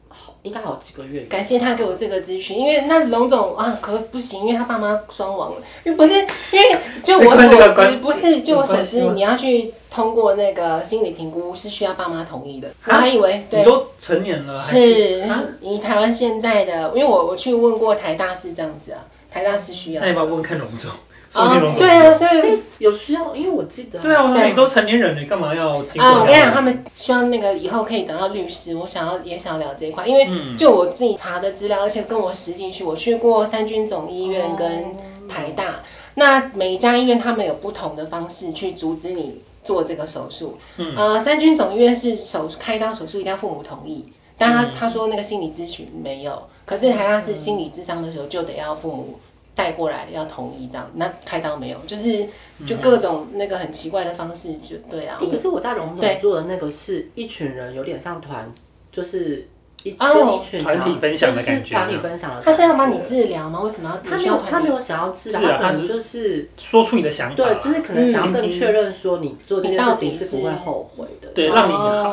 S3: 好应该好几个月
S1: 是感谢他给我这个咨询，因为那龙总啊，可不行，因为他爸妈双亡了，因为不是因为就
S2: 这
S1: 我
S2: 关这个
S1: 所知，
S2: 关
S1: 不是就我所知
S2: 有关系，吗
S1: 你要去通过那个心理评估是需要爸妈同意的，我
S2: 啊
S1: 还以为
S2: 你
S1: 对。
S2: 都成年了，还
S1: 是
S2: 啊，
S1: 以台湾现在的，因为我我去问过台大是这样子啊，台大是需要
S2: 那。你把问看龙总，哎说不定龙总
S1: 哦对啊，所以
S3: 有需要，因为我记得
S2: 对啊，我说
S1: 对
S2: 你都成年人了，你干嘛要经过
S1: 啊，我跟你讲，
S2: 那
S1: 他们希望那个以后可以找到律师，我想要也想聊这一块，因为就我自己查的资料，而且跟我实际去，我去过三军总医院跟台大。那每一家医院他们有不同的方式去阻止你做这个手术。嗯、呃，三军总医院是手开刀手术一定要父母同意，但他、他说那个心理咨询没有，可是台大是心理智商的时候就得要父母带过来要同意这样，那开刀没有，就是就各种那个很奇怪的方式，就对啊。
S3: 哎、可是我在龙总做的那个是一群人，有点像团，就是一、
S1: 哦
S3: 跟一群
S2: 团体
S3: 想
S2: 分享的感觉
S3: 就是团体分享的感觉。
S1: 他是要帮你治疗吗？为什么要
S3: 他
S1: 你
S3: 没
S1: 需要
S3: 有
S1: 团体
S3: 他没有想要治疗，
S2: 是啊
S3: 他可
S2: 他
S3: 能
S2: 是
S3: 就是
S2: 说出你的想法，
S3: 对，就是可能想要更确认说你做这
S1: 嗯你
S3: 件事情
S1: 到底
S3: 是
S1: 是
S3: 不会后悔的。
S2: 对，
S1: 哦
S2: 让你好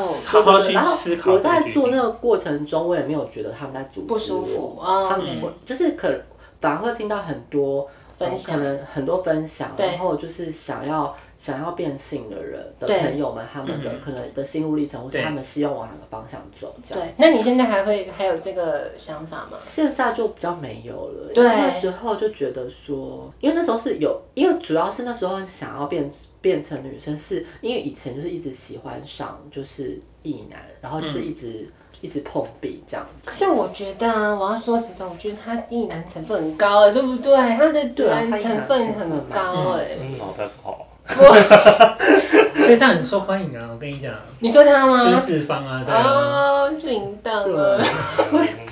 S2: 好好
S3: 对对
S2: 去
S3: 对，然后
S2: 思考。
S3: 我在做那个过程中，我也没有觉得他们在阻止我
S1: 不舒服哦
S3: 他们不就是可反而会听到很多呃
S1: 分享
S3: 可能很多分享，
S1: 对
S3: 然后就是想要想要变性的人的
S1: 对
S3: 朋友们，他们的可能的心路历程，或
S2: 嗯
S3: 是
S2: 对
S3: 他们希望往哪个方向走，这样。
S1: 对，哦那你现在还会还有这个想法吗？
S3: 现在就比较没有了，
S1: 对
S3: 因为那时候就觉得说，因为那时候是有，因为主要是那时候想要变变成女生是，因为以前就是一直喜欢上就是异男，然后
S1: 嗯
S3: 就是一直、一直碰壁这样。
S1: 可是我觉得啊，我要说实在，我觉得它意男成分很高哎、对不对？它的自
S3: 对啊
S1: 然
S3: 它意男
S1: 成分
S3: 成分
S1: 很
S3: 蛮
S1: 高哎、
S4: 嗯，脑袋不好。 [laughs]
S2: 所以这样很受欢迎啊！我跟你讲，
S1: 你说他
S2: 十
S1: 吗？
S2: 四方啊，对啊，
S1: 嗯哦，就淫荡
S3: 是啊
S1: 了，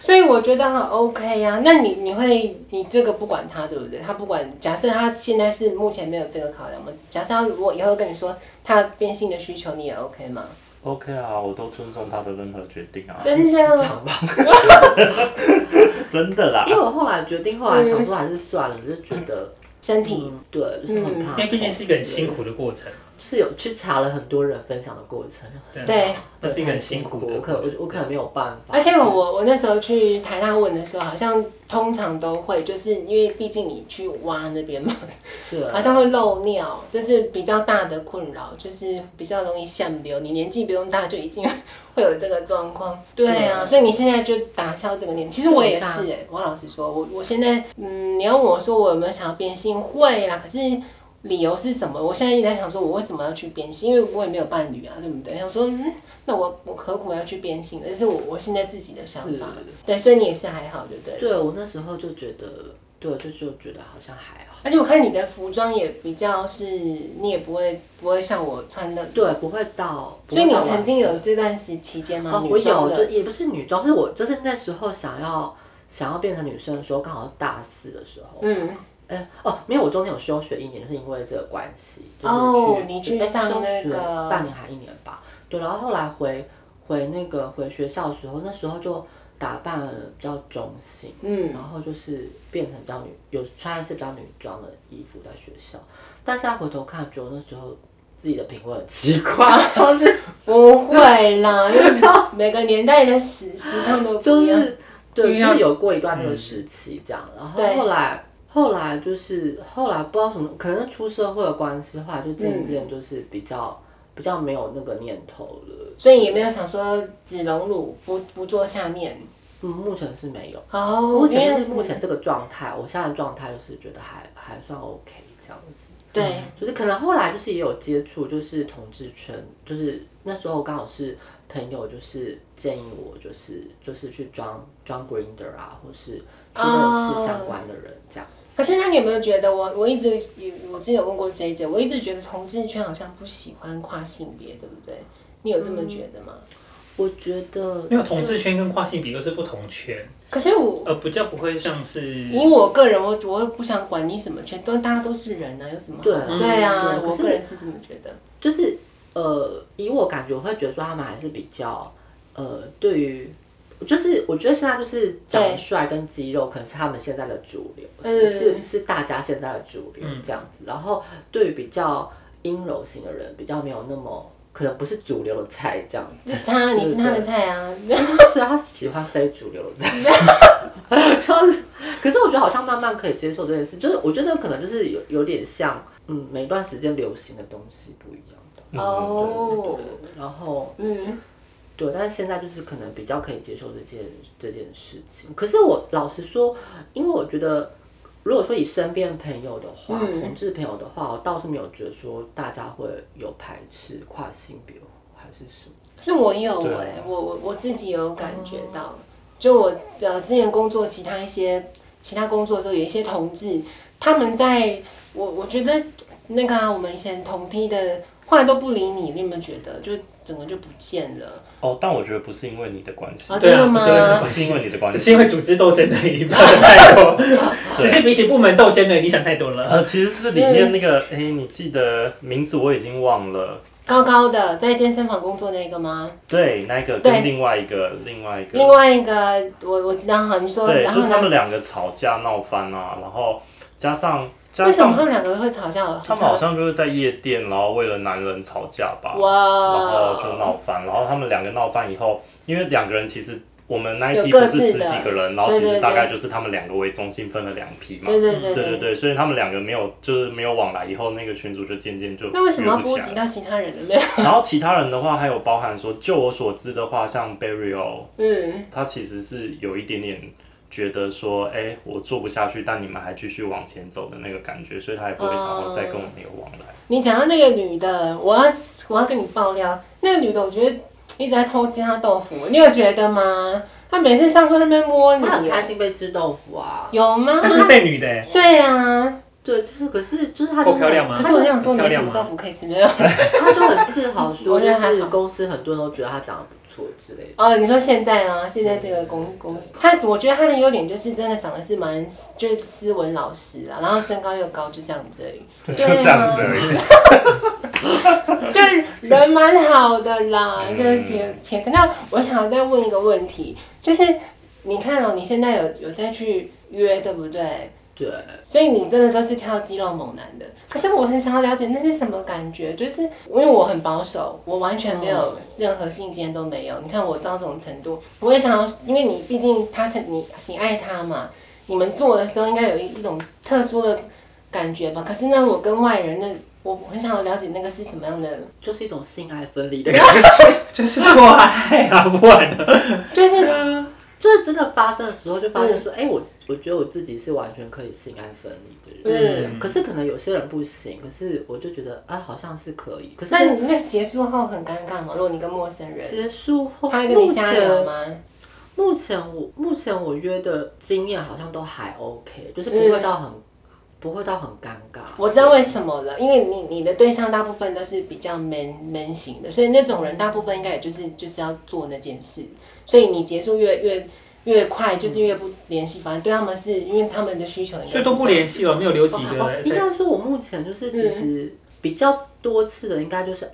S1: 所以我觉得很 OK 呀、那你你会你这个不管他对不对？他不管，假设他现在是目前没有这个考量吗？假设他如果以后跟你说他变性的需求，你也 OK
S3: [laughs]
S1: 吗？
S4: OK 啊，我都尊重他的任何决定啊，
S1: 真的
S3: 这
S1: 吗？
S3: 样吧，
S4: [laughs] 真的啦
S3: 因。为我后来决定，后来想说还是算了，就是觉得，
S1: 身体
S3: 嗯，对，就是很怕，
S2: 因为毕竟是一个很辛，苦的过程，
S3: 就是有去查了很多人分享的过程，
S2: 对啊
S1: 对。
S2: 那是一个很辛苦
S3: 苦，
S2: 的
S3: 我可
S2: 过
S3: 我
S2: 程。
S3: 我可能没有办法，
S1: 而且我我那时候去台大问的时候，好像通常都会，就是因为毕竟你去挖那边嘛，
S3: 对，啊
S1: 好像会漏尿，这是比较大的困扰，就是比较容易下流。你年纪不用大就已经会有这个状况，对啊，
S3: 对
S1: 所以你现在就打消这个念。其实我也是、
S3: 对
S1: 欸，我老实说，我我现在嗯，你要问我说我有没有想要变性，会啦，可是。理由是什么？我现在一直在想，说我为什么要去变性？因为我也没有伴侣啊，对不对？想说，嗯，那我我何苦要去变性？这是我我现在自己的想法。
S3: 是
S1: 对，所以你也是还好，对不对？
S3: 对我那时候就觉得，对，就就觉得好像还好，
S1: 而且我看你的服装也比较是，你也不会不会像我穿的，
S3: 对，不会到，不
S1: 所
S3: 会
S1: 以你
S3: 到完
S1: 曾经有这段时期间吗？
S3: 哦，
S1: 女
S3: 我
S1: 装
S3: 有，
S1: 的
S3: 就也不是女装，是我就是那时候想要想要变成女生的时候，刚好大四的时候，
S1: 嗯，
S3: 哎、哦，没有，我中间有休学一年，就是因为这个关系，就是去、
S1: 哦你去
S3: 哎
S1: 上
S3: 休
S1: 那
S3: 学
S1: 个
S3: 半年还一年吧，对，然后后来回回那个回学校的时候，那时候就打扮得比较中性，
S1: 嗯，
S3: 然后就是变成比较女，有穿一些比较女装的衣服在学校，但现在回头看，觉得那时候自己的品味很
S1: [laughs]
S3: 奇怪，就是
S1: 不会啦，
S3: [laughs]
S1: 因为每个年代的时时尚都
S3: 就
S1: 不一样。
S3: 是对，
S2: 因为
S3: 就是有过一段那个时期这样，然后
S1: 对
S3: 后来后来就是后来不知道什么，可能是出社会的关系，后来就渐渐就是比较、比较没有那个念头了。
S1: 所以也没有想说只隆乳不不做下面。
S3: 嗯，目前是没有，
S1: 哦，
S3: 目前
S1: 因
S3: 是
S1: 为
S3: 嗯目前这个状态，我现在的状态就是觉得还还算 OK 这样子。
S1: 对，
S3: 就是可能后来就是也有接触，就是同志圈，就是那时候刚好是朋友，就是建议我，就是就是去装装 Grinder 啊，或是去认识相关的人这样。
S1: 可是那你有没有觉得我我一直有我之前有问过 J J，我一直觉得同志圈好像不喜欢跨性别，对不对？你有这么觉得吗？
S3: 我觉得
S2: 因为同志圈跟跨性别又是不同
S3: 嗯
S2: 圈，
S1: 可是我
S2: 呃，比较不会像是
S1: 以我个人，我我不想管你什么圈，都大家都是人啊，有什么好
S3: 对
S1: 对啊，
S3: 嗯
S1: 我
S3: 可是
S1: 个人是这么觉得。 [laughs]
S3: 就是呃，以我感觉，我会觉得说他们还是比较呃，对于就是我觉得现在就是长得帅跟肌肉，可能是他们现在的主流，是是是大家现在的主流这样子。然后对于比较阴柔型的人，比较没有那么。可能不是主流的菜这样，
S1: 是他，你是他的菜啊，
S3: [laughs] 所以他喜欢非主流的菜。 [laughs] 就是可是我觉得好像慢慢可以接受这件事，就是我觉得可能就是有有点像，嗯，每段时间流行的东西不一样。
S1: 哦，
S3: 对，然后
S1: 嗯，
S3: 对，但是现在就是可能比较可以接受这件这件事情。可是我老实说，因为我觉得，如果说以身边朋友的话，
S1: 嗯
S3: 同志朋友的话，我倒是没有觉得说大家会有排斥跨性别还是什么。
S1: 是我有
S4: 对
S1: 哎、我我我自己有感觉到，就我呃之前工作其他一些其他工作的时候，有一些同志，他们在我我觉得那个啊、我们以前同梯的，后来都不理你，你有没有觉得就整个就不见了？
S4: 哦，但我觉得不是因为你的关系
S1: 啊，，
S2: 对
S1: 真
S2: 啊
S1: 的吗？
S2: 不是因为
S4: [laughs] 不是因为你的关系，
S2: 只是因为组织斗争而已，不要想太多。
S1: [laughs]
S2: 只是比起部门斗争的，你想太多
S1: 啊
S2: 了。
S4: 呃，其实是里面那个，哎、你记得名字我已经忘了，
S1: 高高的在健身房工作那个吗？
S4: 对，那个
S1: 对
S4: 跟另外一个，另外一个，
S1: 另外一个我我知道，好你说，
S4: 对，
S1: 然
S4: 就
S1: 后
S4: 是他们
S1: 呢？
S4: 两个吵架闹翻啊，然后加上加
S1: 为什么
S4: 上
S1: 他们两个会吵架？
S4: 他们好像就是在夜店，然后为了男人吵架吧，然后就
S1: 哇，
S4: 闹翻，然后他们两个闹翻以后，因为两个人其实我们那一
S1: 有
S4: 批
S1: 各
S4: 不
S1: 自
S4: 是
S1: 的
S4: 十几个人，然后
S1: 对
S4: 其
S1: 对
S4: 实大
S1: 对
S4: 概就是他们两个为中心分了两批嘛，
S1: 对对对
S4: 对对。对，所以他们两个没有就是没有往来，以后那个群主就渐渐就
S1: 那为什么要
S4: 约不
S1: 波
S4: 起
S1: 及
S4: 来
S1: 到其他人呢？ [laughs]
S4: 然后其他人的话，还有包含说，就我所知的话，像 Barrio，
S1: [laughs] 嗯，
S4: 他其实是有一点点觉得说，哎、我做不下去，但你们还继续往前走的那个感觉，所以他也不会想要再跟我们有往来。
S1: 你讲到那个女的，我要我要跟你爆料，那个女的我觉得一直在偷吃她豆腐，你有觉得吗？她每次上课那边摸你
S3: 他，很开心被吃豆腐啊。
S1: 有吗？
S2: 她是被女的欸，
S1: 对啊，
S3: 对，就是可是就是他
S2: 够
S3: 就是
S2: 漂亮吗
S1: 可是我想说没
S2: 很
S1: 什
S2: 漂亮
S1: 么
S2: 吗
S1: 豆腐可以吃，没有。
S3: 他就很自
S1: [laughs]
S3: 豪说，
S1: 我觉
S3: 就
S1: 得还好
S3: 是公司很多人都觉得他长得不错之类的。
S1: 哦，你说现在啊，现在这个公公司，他我觉得他的优点就是真的长得是蛮就是斯文老实啊，然后身高又高，就这样子而已。
S4: 就这样子而已。
S1: 对啊，就是人蛮好的啦，
S4: 嗯
S1: 就是偏偏。那我想再问一个问题，就是你看哦，你现在有有再去约对不对？
S3: 对，
S1: 所以你真的都是挑肌肉猛男的。可是我很想要了解那是什么感觉，就是因为我很保守，我完全没有任何性经验都没有。你看我到这种程度，我也想要，因为你毕竟他是你，你爱他嘛，你们做的时候应该有一一种特殊的感觉吧。可是呢，我跟外人那。我我很想要了解那个是什么样的，
S3: 就是一种性爱分离
S1: [laughs]
S3: 的感觉。
S2: 就是做爱啊，不然呢
S1: 就是
S3: 就是真的发生的时候，就发现
S1: 嗯
S3: 说，哎、我我觉得我自己是完全可以性爱分离的人。
S2: 嗯
S3: 可是可能有些人不行，可是我就觉得啊，好像是可以。可是
S1: 那你那结束后很尴尬吗？如果你跟陌生人，
S3: 结束后，
S1: 他会跟你
S3: 目
S1: 瞎聊
S3: 前
S1: 吗？
S3: 目前我目前我约的经验好像都还 OK，就是不会到很、
S1: 嗯
S3: 不会到很尴尬。
S1: 我知道为什么了，因为你你的对象大部分都是比较 man man 型的，所以那种人大部分应该也就是就是要做那件事，所以你结束越越越快，就是越不联系，反正对他们是因为他们的需求应该是
S2: 所以都不联系了，没有留几个
S3: 哦
S2: 了。
S3: 应
S2: 所以
S3: 该说，我目前就是其实比较多次的，应该就是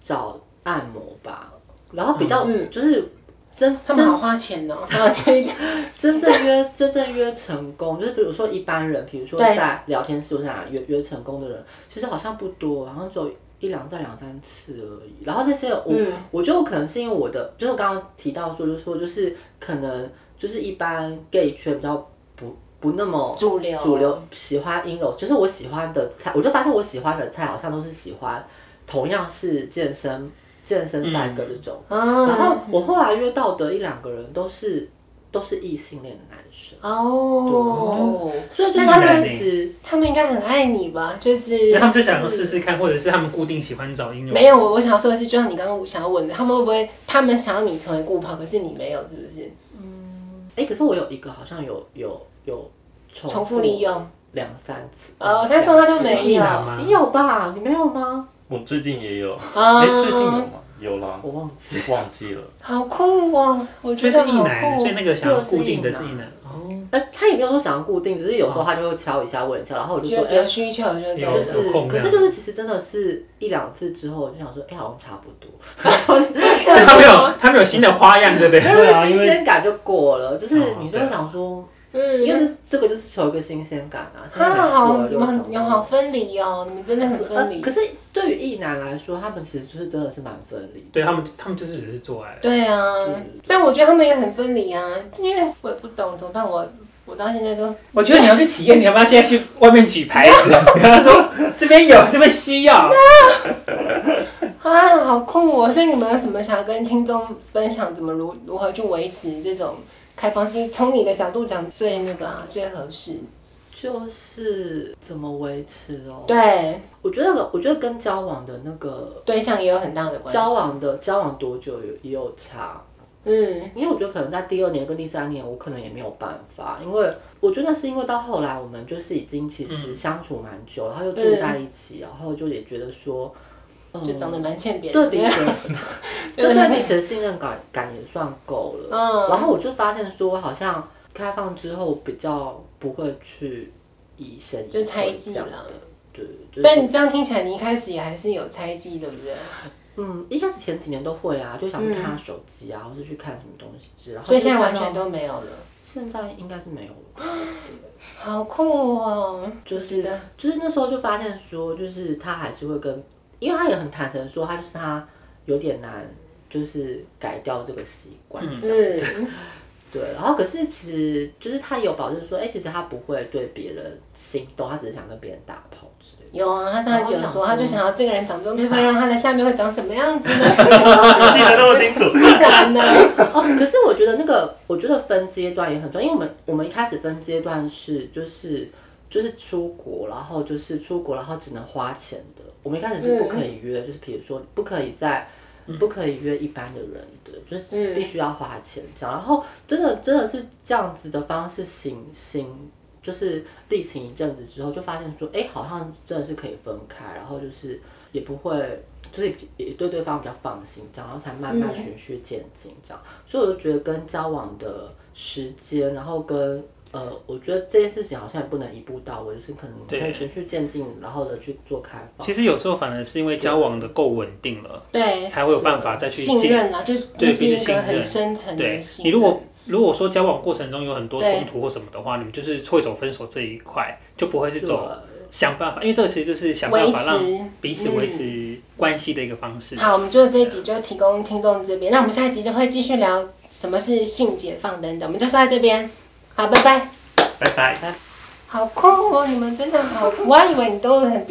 S3: 找按摩吧，然后比较
S1: 嗯
S3: 就是真
S1: 这样，他们
S3: 真
S1: 好花钱哦、还有推荐
S3: [laughs] 真正约真正约成功，就是比如说一般人，比如说
S1: 对
S3: 在聊天室或者哪约约成功的人，其实好像不多，好像只有一两再两三次而已。然后那些我、
S1: 嗯
S3: 我觉得我可能是因为我的，就是我刚刚提到说，就是说就是可能就是一般 gay 圈比较不不那么
S1: 主流
S3: 主流喜欢阴柔，就是我喜欢的菜，我就发现我喜欢的菜好像都是喜欢同样是健身健身帅
S1: 嗯
S3: 哥这种。然
S1: 啊，
S3: 后我后来约到的一两个人都是都是异性恋的男生，
S1: 啊哦，
S3: 所以就
S1: 那
S3: 是
S1: 他
S3: 他
S1: 们
S3: 们是
S1: 他们应该很爱你吧？就是
S2: 因为他们就想说试试看，或者是他们固定喜欢找音
S1: 没
S2: 乐。
S1: 有我我想要说的是，就像你刚刚想要问的，他们会不会他们想要你成为顾跑，可是你没有，是不是？
S3: 哎，可是我有一个好像有有有重
S1: 重复利用？
S3: 两三次。
S1: 呃，他说他就没
S2: 意
S1: 有。
S2: 男吗
S3: 你？有吧？你没有吗？
S4: 我最近也有，
S1: 啊
S4: 哎、最近有吗？有啦，
S3: 我忘记。
S4: 忘记了。
S1: 好酷哦！我
S2: 所
S1: 觉
S2: 以是
S1: 得
S2: 一
S1: 好
S2: 男，所以
S1: 酷。
S2: 那个想要固定的是一男。哦，
S3: 哎，他也没有说想要固定，只是有时候他就会敲一下问一下，然后我就说，
S1: 有有
S3: 哎，
S1: 需求就对
S3: 就
S2: 有
S1: 了。
S3: 是
S2: 有空，这
S3: 可
S2: 样
S3: 是就是其实真的是一两次之后，我就想说，哎，好像差不多，
S2: 他们有他们有新的花样，对不对？
S3: 因为
S4: 对啊
S3: 新
S4: 因为
S3: 鲜感就过了，就是
S2: 哦
S3: 你就
S2: 对
S3: 会
S2: 啊
S3: 想说，
S1: 嗯，
S3: 因
S1: 因
S3: 为
S1: 为
S3: 这这个就是求一个新鲜感啊，现在
S1: 啊，
S3: 很
S1: 好，
S3: 多
S1: 你
S3: 就
S1: 们你们好分离哦，你们真的很分
S3: 呃
S1: 离
S3: 可。是对于异男来说，他们其实就是真的是蛮分离的。
S2: 对他们，他们就是只是做爱。
S1: 对啊
S3: 嗯，
S1: 但我觉得他们也很分离啊，因为我也不懂怎么办，我我到现在都
S2: 我觉得你要去体验，你要不要现在去外面举牌子？啊 [laughs] 跟他说这边有，这边需要。
S1: 啊，好酷哦！所以你们有什么想要跟听众分享，怎么如如何去维持这种开放性？从你的角度讲，最那个啊，最合适。
S3: 就是怎么维持哦？，
S1: 对，
S3: 我觉得我觉得跟交往的那个
S1: 对象也有很大的关系。
S3: 交往的交往多久也也有差，
S1: 嗯，
S3: 因为我觉得可能在第二年跟第三年，我可能也没有办法，因为我觉得是因为到后来我们就是已经其
S1: 嗯
S3: 实相处蛮久，然后又住在一起，然后就也觉得说，嗯，
S1: 就长得蛮欠扁的。啊
S3: 对彼此， [laughs] 就对彼此的信任感感也算够了。
S1: 嗯
S3: 然后我就发现说，好像开放之后比较不会去以身
S1: 就猜忌
S3: 了
S1: 了，
S3: 对，就是
S1: 但你这样听起来，你一开始也还是有猜忌，对不对？
S3: 嗯，一开始前几年都会啊，就想去看他手机啊，或是去看什么东西之类的，然后
S1: 所以现在完
S3: 就看
S1: 全
S3: 到
S1: 都没有了，
S3: 现在应该是没有了，
S1: 好酷哦！
S3: 就是
S1: 的，
S3: 就是那时候就发现说，就是他还是会跟，因为他也很坦诚说，他就是他有点难，就是改掉这个习惯，
S1: 嗯，
S3: 对，然后可是其实就是他有保证说，哎、其实他不会对别人心动，他只是想跟别人打炮之类的。
S1: 有啊，他上一集有说，他就想要这个人长这么漂亮，他的下面会长什么样子呢？
S2: [laughs]
S4: 我记得那么清楚。
S1: [laughs] 不然呢？
S3: 哦，可是我觉得那个，我觉得分阶段也很重要，因为我们我们一开始分阶段是就是就是出国，然后就是出国，然后只能花钱的。我们一开始是不可以约，就是比如说不可以在不可以约一般的人的，就是
S1: 嗯
S3: 必须要花钱这样。然后真的真的是这样子的方式行行，就是历行一阵子之后，就发现说，哎、好像真的是可以分开，然后就是也不会。就是也对对方比较放心，这样，然后才慢慢循序渐进这样。所以我就觉得跟交往的时间，然后跟呃，我觉得这件事情好像也不能一步到位，就是可能可以
S2: 对
S3: 循序渐进，然后的去做开放。
S2: 其实有时候反而是因为交往的够稳定了，
S1: 对，
S2: 才会有办法再去
S1: 信
S2: 进
S1: 任啦，就
S2: 对
S1: 这是一
S2: 必须信
S1: 个
S2: 任
S1: 很深层的
S2: 对
S1: 信任。
S2: 你如果如果说交往过程中有很多
S1: 对
S2: 冲突或什么的话，你们就是会走分手这一块，就不会是走
S3: 了
S2: 想办法，因为这个其实就是想办
S1: 维
S2: 法让
S1: 持嗯
S2: 彼此维持关系的一个方式。
S1: 好，我们就这一集就提供听众这边，那我们下一集就会继续聊什么是性解放等等，我们就说到这边，好，拜拜。
S2: 拜拜。
S1: 好酷哦，你们真的好，我还以为你都很